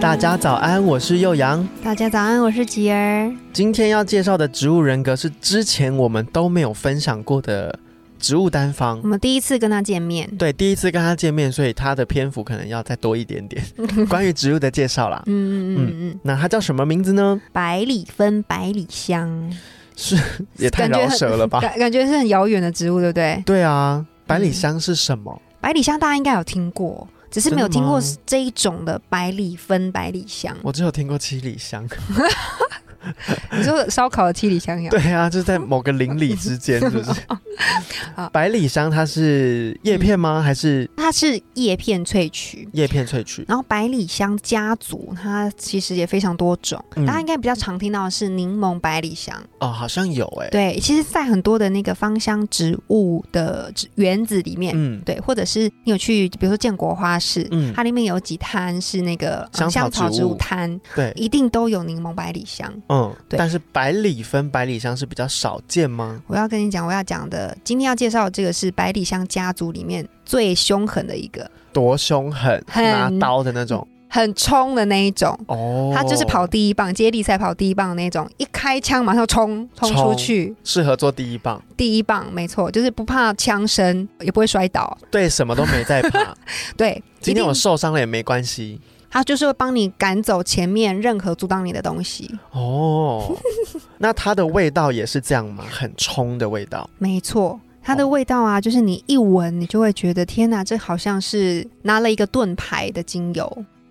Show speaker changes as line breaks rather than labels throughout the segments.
大家早安，我是幼阳。
大家早安，我是吉儿。
今天要介绍的植物人格是之前我们都没有分享过的植物单方
我。们第一次跟他见面，
对，第一次跟他见面，所以他的篇幅可能要再多一点 点，关于植物的介绍啦。
嗯嗯嗯嗯，
那他叫什么名字呢？
百里芬、百里香，
是也太
感觉
饶
很
舌了吧？
感感嗯觉是很遥远的植物，对不对？
对啊，百里香是什么？
百里香大家应该有听过，只是没有
真的
听过
吗
这一种的百里芬、百里香。
我只有听过七里香。
你说烧烤的七里香呀？
对啊，就是在某个邻里之间，就是
好嗯
百里香，它是叶片吗？还是
它是叶片萃取。
叶片萃取？
然后百里香家族，它其实也非常多种，
嗯
大家应该比较常听到的是柠檬百里香。
哦，好像有哎、
对，其实，在很多的那个芳香植物的植园子里面，
嗯
对，或者是你有去，比如说建国花市，
嗯，
它里面有几摊是那个呃
香草植
植物
物
摊，
对，
一定都有柠檬百里香。
嗯，
对
但是百里芬、百里香是比较少见吗？
我要跟你讲，我要讲的，今天要介绍的这个是百里香家族里面最凶狠的一个，
多凶狠，
很
拿刀的那种
很冲的那一种。
哦。
他就是跑第一棒，接力赛跑第一棒的那种，一开枪马上冲冲出
冲
去，
适合做第一棒，
第一棒没错，就是不怕枪声，也不会摔倒，
对，什么都没在 怕。
对，
今天
一
我
定
受伤了也没关系
他就是会帮你赶走前面任何阻挡你的东西，
哦。那它的味道也是这样吗？很冲的味道。
没
哦
错。它的味道啊，就是你一闻，你就会觉得天哪，这好像是拿了一个盾牌的精油，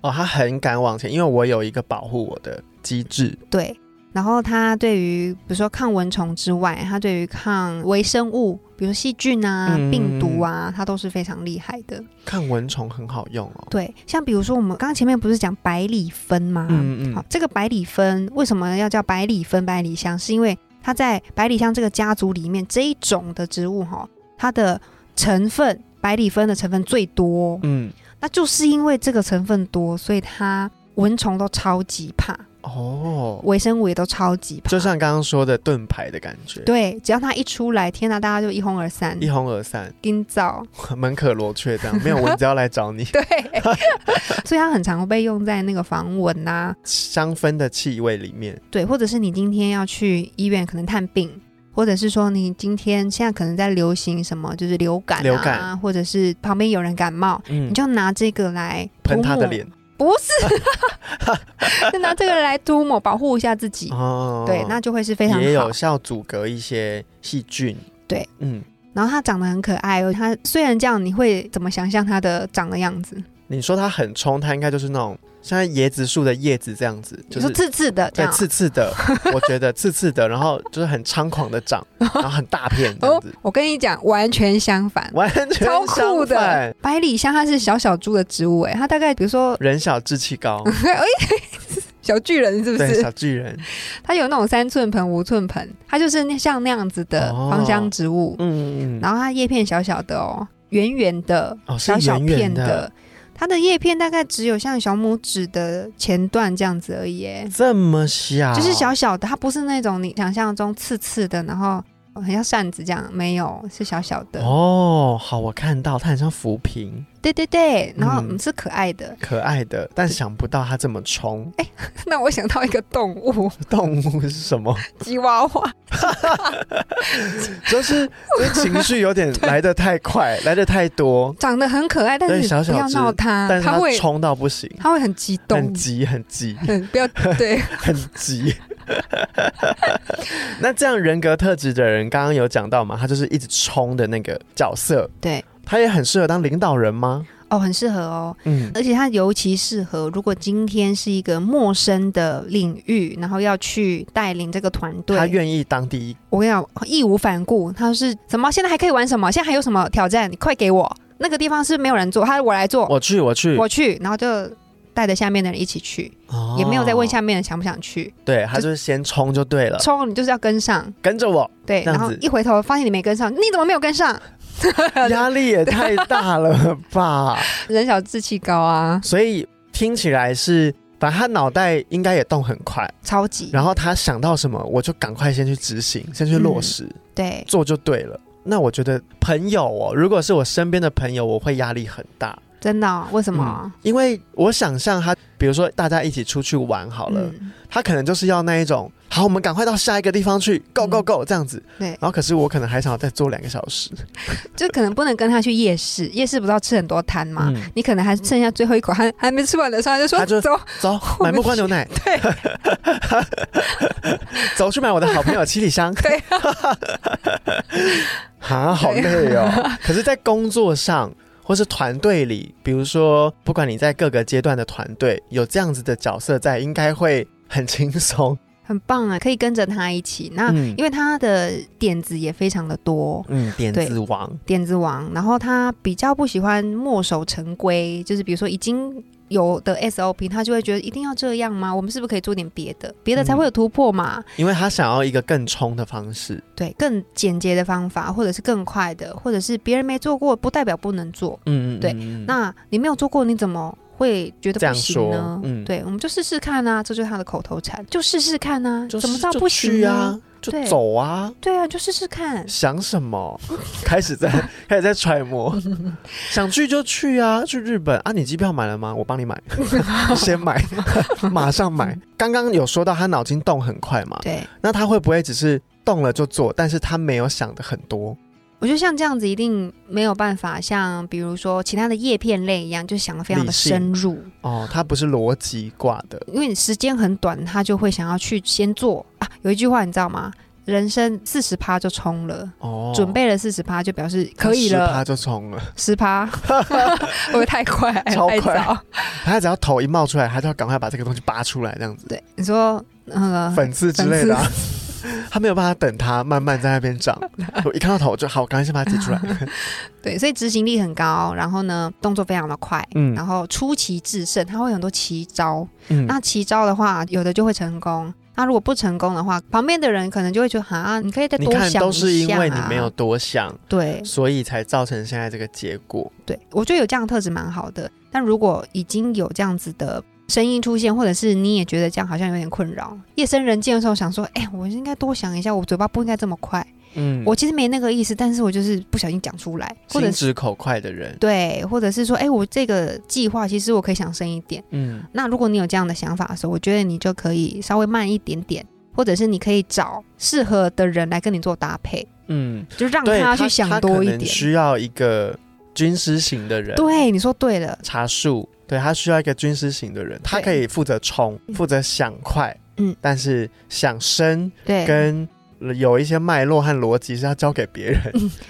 哦，他很敢往前，因为我有一个保护我的机制。
对。然后它对于比如说抗蚊虫之外，它对于抗微生物，比如说细菌啊、
嗯
病毒啊，它都是非常厉害的。
抗蚊虫很好用哦。
对，像比如说我们刚刚前面不是讲百里芬吗？
嗯嗯
好，这个百里芬为什么要叫百里芬、百里香？是因为它在百里香这个家族里面这一种的植物哈，它的成分百里芬的成分最多，
嗯，
那就是因为这个成分多，所以它蚊虫都超级怕，
哦，
微生物也都超级怕。
就像刚刚说的盾牌的感觉，
对，只要它一出来，天哪，大家就一哄而散，
一哄而散，
惊噪。。
门可罗雀这样，没有蚊子要来找你
对，所以它很常被用在那个防蚊啊呐、
香氛的气味里面，
对，或者是你今天要去医院可能探病，或者是说你今天现在可能在流行什么，就是流感、啊，
流感
或者是旁边有人感冒，
嗯
你，就拿这个来
喷
涂
他的
抹
脸，
不是， 就拿这个来涂抹保护一下自己。
哦，
对，那就会是非常
也
好
有。效阻隔一些细菌。
对，
嗯，
然后它长得很可爱哦，它虽然这样，你会怎么想象它的长的样子？
你说它很冲，它应该就是那种像椰子树的叶子这样子，
你
就是
说刺刺的这
对，
样，哦
刺刺 的，我觉得刺刺的，然后就是很猖狂的长，然后很大片这样
哦
子，，
我跟你讲，完全相反。
完全
超酷
相反
的，百里香，它是小小株的植物，哎，它大概比如说
人小志气 高，
哎，小巨人是不
哦对，
是？
小巨人，
它有那种三寸盆、五寸盆，它就是那像那样子的
哦
芳香植物，
嗯，嗯嗯
然后它叶片小小的哦，圆圆的，
哦是
小小
圆圆
片
的
它的叶片大概只有像小拇指的前段这样子而已，哎，
这么小，
就是小小的，它不是那种你想象中刺刺的，然后很像扇子这样，没有，是小小的，
哦，好，我看到它很像浮萍，
对对对，然后
嗯
嗯是可爱 的。
可爱的，但想不到它这么冲。
哎那我想到一个动物，
动物 是什 么？
吉娃娃，
就是就是情绪 有点来得太快，来得太多，
长得很可爱，但是
对
你
小小
不要
只
闹它，
但
嗯
是
它
它
会
冲到不行，
他会很激
很
动，
急，很急。
很不要对，
很急。 那这样人格特质的人，刚刚有讲到嘛，他就是一直冲的那个角色。
对，
他也很适合当领导人吗？
哦，很适合哦，
嗯，
而且它尤其适合，如果今天是一个陌生的领域，然后要去带领这个团
他
队，
愿意当第一。
我跟你讲，义无反顾，他是什么？现在还可以玩什么？现在还有什么挑战？你快给我！那个地方是没有人做，他我来做，
我去，我去。
我去，然后就带着下面的人一起去，
哦
也没有再问下面人想不想去，
对，他就是先冲就对了，
冲你就是要跟上，
跟 着我，
对，
呃这样
然后
子
一回头发现你没跟上，你怎么没有跟上？
压力也太大了 吧？
人小志气高啊，
所以听起来是，反正他脑袋应该也动很快，
超级
然后他想到什么，我就赶快先去执行，先去
嗯
落实，
对，
做就对了。那我觉得朋友哦，如果是我身边的朋友，我会压力很大。
真的哦、为什
嗯
么？
因为我想象他，比如说大家一起出去玩好了，
嗯
他可能就是要那一种，好，我们赶快到下一个地方去，go go
嗯
go 这样子。
对
然后可是我可能还想要再坐两个小时
就可能不能跟他去夜市，夜市不是要吃很多摊嘛。
嗯
你可能还剩下最后一口，还还没吃完的时候，他就说
他就
走，
走，
我
买
们
木瓜牛奶，
对
走去买我的好朋友七里香。
对，
哈，好累哦。可是，在工作上或是团队里，比如说，不管你在各个阶段的团队，有这样子的角色在，应该会很轻 松。
很棒啊，可以跟着他一起。那、
嗯
啊因为他的点子也非常的多，
嗯，点
对
子王，
点子王，然后他比较不喜欢墨守成规，就是比如说已经有的 SOP，他就会觉得一定要这样吗？我们是不是可以做点别
嗯
的，别的才会有突破嘛？
因为他想要一个更冲的方式。
对，更简洁的方法，或者是更快的，或者是别人没做过，不代表不能做。
嗯，嗯
对
嗯嗯
那你没有做过，你怎么会觉
这
得
样
不行呢
说？嗯
对，我们就试试看啊，这就是他的口头禅，就试试看啊，
就是
怎么知道
就
不行
去
呢？
啊？就
对
走啊！
对啊，就试试看。
想什么？开始在开始在揣摩，想去就去啊！去日本啊！你机票买了吗？我帮你 买，先买， 马上买。刚刚有说到他脑筋动很快嘛，
对，
那他会不会只是动了就做，但是他没有想的很多？
我觉得像这样子一定没有办法，像比如说其他的叶片类一样，就想的非常的
理性
深入，
哦，他不是逻辑挂的，
因为你时间很短，他就会想要去先做啊。有一句话你知道吗？人生四十趴就冲了，
哦，
准备了四十趴就表示可以了，
他就冲了，
十趴， 会不会太快？
超快
太早？
他只要头一冒出来，他就要赶快把这个东西拔出来，这样子，
对，你说呃，
粉刺之类的、啊。 他没有办法等它慢慢在那边 长，我一看到头我就好，赶快先把它挤出来。
对，所以执行力很高，然后呢，动作非常的快，
嗯
然后出奇制胜，它会有很多奇招。
嗯，
那奇招的话，有的就会成功。那如果不成功的话，旁边的人可能就会觉得啊，你可以再
你
多想一
看
下、啊。
都是因为你没有多想，
对
所以才造成现在这个结果。
对，我觉得有这样的特质蛮好的。但如果已经有这样子的声音出现，或者是你也觉得这样好像有点困扰，夜深人静的时候想说，哎、我应该多想一下，我嘴巴不应该这么快。
嗯，
我其实没那个意思，但是我就是不小心讲出来，或者
心
是
直口快的人，
对，或者是说，哎、我这个计划其实我可以想深一点。
嗯，
那如果你有这样的想法的时候，我觉得你就可以稍微慢一点点，或者是你可以找适合的人来跟你做搭配，
嗯，
就让
对
去想多
可
一
能
点。
需要一个军师型的人，
对，你说对了，
茶树，对他需要一个军师型的人，他可以负责冲，负责想快，
嗯，
但是想深
对
跟有一些脉络和逻辑是要交给别人，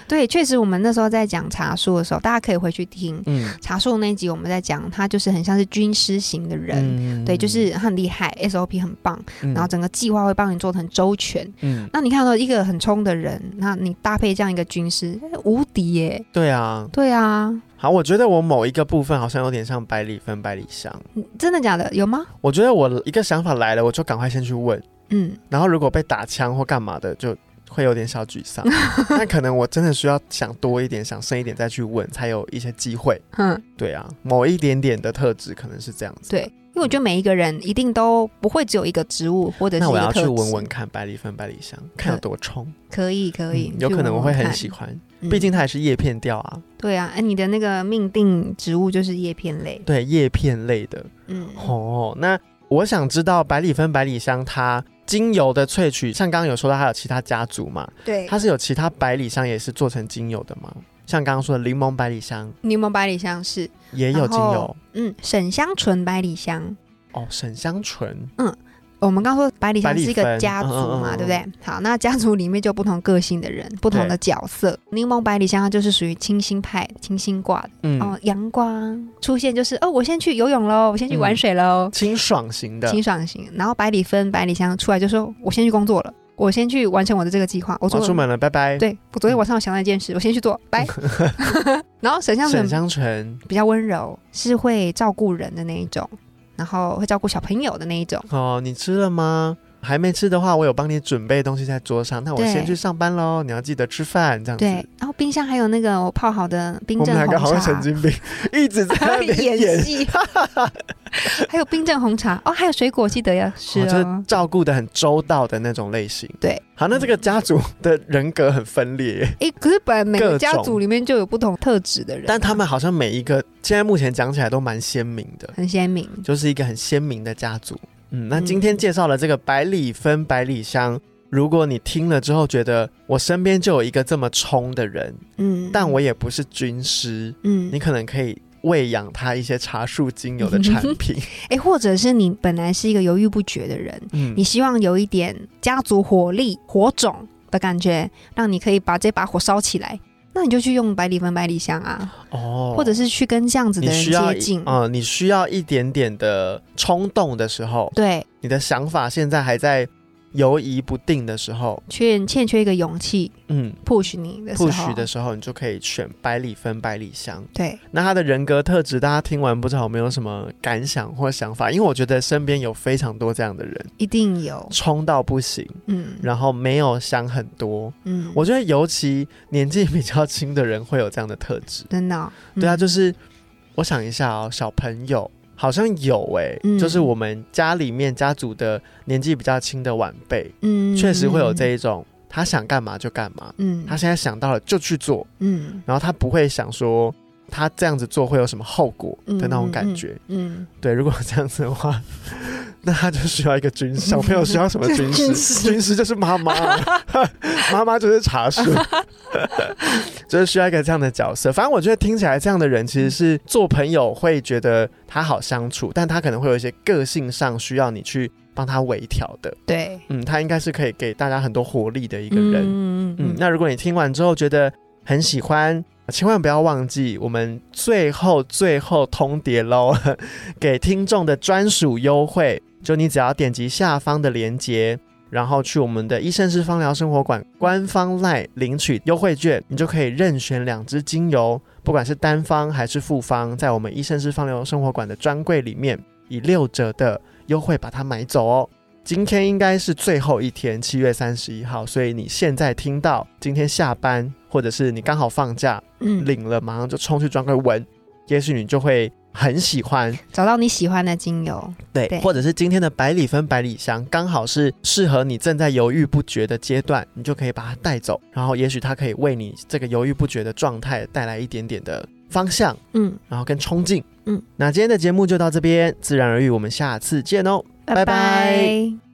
对，确实，我们那时候在讲茶树的时候，大家可以回去听
嗯，
茶树那一集，我们在讲他就是很像是军师型的人，
嗯
对，就是他很厉害，SOP 很棒，
嗯
然后整个计划会帮你做得很周全。
嗯，
那你看到一个很冲的人，那你搭配这样一个军师，哎无敌耶！
对啊，
对啊，
好，我觉得我某一个部分好像有点像百里芬、百里香，
你真的假的？有吗？
我觉得我一个想法来了，我就赶快先去问，
嗯，
然后如果被打枪或干嘛的，就会有点小沮 丧。那可能我真的需要想多一点，想深一点再去问，才有一些机会。
哼，
对啊，某一点点的特质可能是这样子。
对，因为我觉得每一个人一定都不会只有一个植物或者是
那
一
我
个
要
特质。
去闻闻，看百里芬、百里香，看有多冲。
可以可以，
嗯
你去
有可能我会
闻
很
闻
喜欢，
看。
毕竟
嗯
它也是叶片调啊，
对啊，哎，你的那个命定植物就是叶片类，
对，叶片类的。
嗯，
哦，那我想知道百里芬、百里香它精油的萃取，像刚刚有说到它有其他家族嘛，
对，
它是有其他百里香也是做成精油的吗？像刚刚说的柠檬百里香
柠檬百里香是，
也有精
然
油
后嗯，沈香醇百里香。
哦，沈香醇，
我们刚说百里
百
香
里
是一个
芬
家族嘛，
嗯嗯嗯嗯嗯
对不对？好，那家族里面就有不同个性的人，不同的角色。柠檬百里香它就是属于清新派、清新挂的、
嗯，
哦，阳光出现就是哦，我先去游泳喽，我先去玩水喽，
清爽型的，
清爽型。然后百里芬、百里香出来就说，我先去工作了，我先去完成我的这个计划，我
我
做
哦出。门了，拜拜。，
对，我昨天晚上有想到一件事，我先去做， 拜。 然后沈香
沈
纯
香醇，
比较温柔，是会照顾人的那一种，然后会照顾小朋友的那一种。
哦，你吃了吗？还没吃的话，我有帮你准备东西在桌上。那我
对
先去上班喽，你要记得吃饭，这样子。
对，然后冰箱还有那个我泡好的冰
我们
镇
两个好
红
像神
茶，
经病，一直在那边演。
戏， 还有冰镇红茶哦，还有水果，记得要吃
哦
哦
就。照顾的很周到的那种类型。
对，
好，那这个家族的人格很分裂耶，
诶，可是本来每
各
个
种
家族里面就有不同特质的人啊，
但他们好像每一个现在目前讲起来都蛮鲜明的，
很鲜明。
就是一个很鲜明的家族。嗯，那
嗯
今天介绍了这个百里芬、百里香，如果你听了之后觉得我身边就有一个这么冲的人，
嗯，
但我也不是军师，
嗯
你，可能可以喂养他一些茶树精油的产品。
诶，或者是你本来是一个犹豫不决的人，
嗯
你，希望有一点家族火力、火种的感觉，让你可以把这把火烧起来，那你就去用百里芬、百里香啊，
哦
或者是去跟这样子的
你
人
需要
接近。
啊、你需要一点点的冲动的时候，
对，
你的想法现在还在犹疑不定的时候，
缺欠缺一个勇气
嗯
push 你的时候
，push 的时候，你就可以选百里芬、百里香。
对，
那他的人格特质，大家听完不知道有没有什么感想或想法？因为我觉得身边有非常多这样的人，
一定有，
冲到不行，
嗯，
然后没有想很多。
嗯，
我觉得尤其年纪比较轻的人会有这样的特质。
真的哦、
对啊，
嗯
就是我想一下哦，小朋友好像有哎、
嗯
就是我们家里面家族的年纪比较轻的晚辈，
嗯
确实会有这，一种，他想干嘛就干嘛，
嗯，
他现在想到了就去做，
嗯
然后他不会想说他这样子做会有什么后果的那种感觉。
嗯，
对，如果这样子的话， 那他就需要一个军师，小朋友需要什 么军师？
军师
军师就是妈 妈，妈妈就是茶树， 就是需要一个这样的角色。反正我觉得听起来这样的人其实是
嗯
做朋友会觉得他好相处，但他可能会有一些个性上需要你去帮他微调的。
对，
嗯，他应该是可以给大家很多活力的一
一
个人。
嗯
嗯，那如果你听完之后觉得很喜欢，千万不要忘记我们最后最后通牒喽， 给听众的专属优惠，就你只要点击下方的链接。然后去我们的医生式芳疗生活馆官方 LINE 领取优惠券，你就可以任选两支精油，不管是单方还是复方，在我们医生式芳疗生活馆的专柜里面以六折的优惠把它买走哦。今天应该是最后一天，七月三十一号，所以你现在听到，今天下班或者是你刚好放假
嗯，
领了，马上就冲去专柜闻，也许你就会很喜欢，
找到你喜欢的精油，
对
对
或者是今天的百里芬、百里香刚好是适合你正在犹豫不决的阶段，你就可以把它带走，然后也许它可以为你这个犹豫不决的状态带来一点点的方向，
嗯，
然后跟冲劲。
嗯，
那今天的节目就到这边，自然而愈，我们下次见哦，拜拜